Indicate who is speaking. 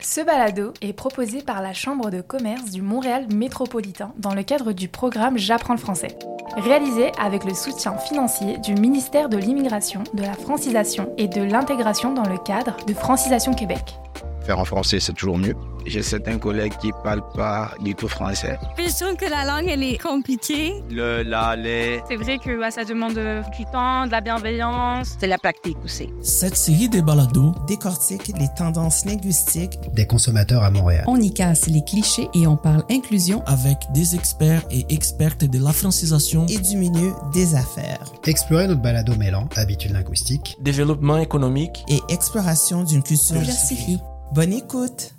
Speaker 1: Ce balado est proposé par la Chambre de commerce du Montréal métropolitain dans le cadre du programme J'apprends le français, réalisé avec le soutien financier du ministère de l'Immigration, de la francisation et de l'intégration dans le cadre de Francisation Québec.
Speaker 2: Faire en français, c'est toujours mieux.
Speaker 3: J'ai certains collègues qui ne parlent pas du tout français.
Speaker 4: Puis je trouve que la langue, elle est compliquée.
Speaker 5: Le, la, les.
Speaker 6: C'est vrai que bah, ça demande du temps, de la bienveillance.
Speaker 7: C'est la pratique aussi.
Speaker 8: Cette série des balados
Speaker 9: décortique les tendances linguistiques
Speaker 10: des consommateurs à Montréal.
Speaker 11: On y casse les clichés et on parle inclusion
Speaker 8: avec des experts et expertes de la francisation
Speaker 9: et du milieu des affaires.
Speaker 10: Explorer notre balado mêlant habitudes linguistiques,
Speaker 8: développement économique
Speaker 9: et exploration d'une culture
Speaker 11: diversifiée.
Speaker 9: Bonne écoute!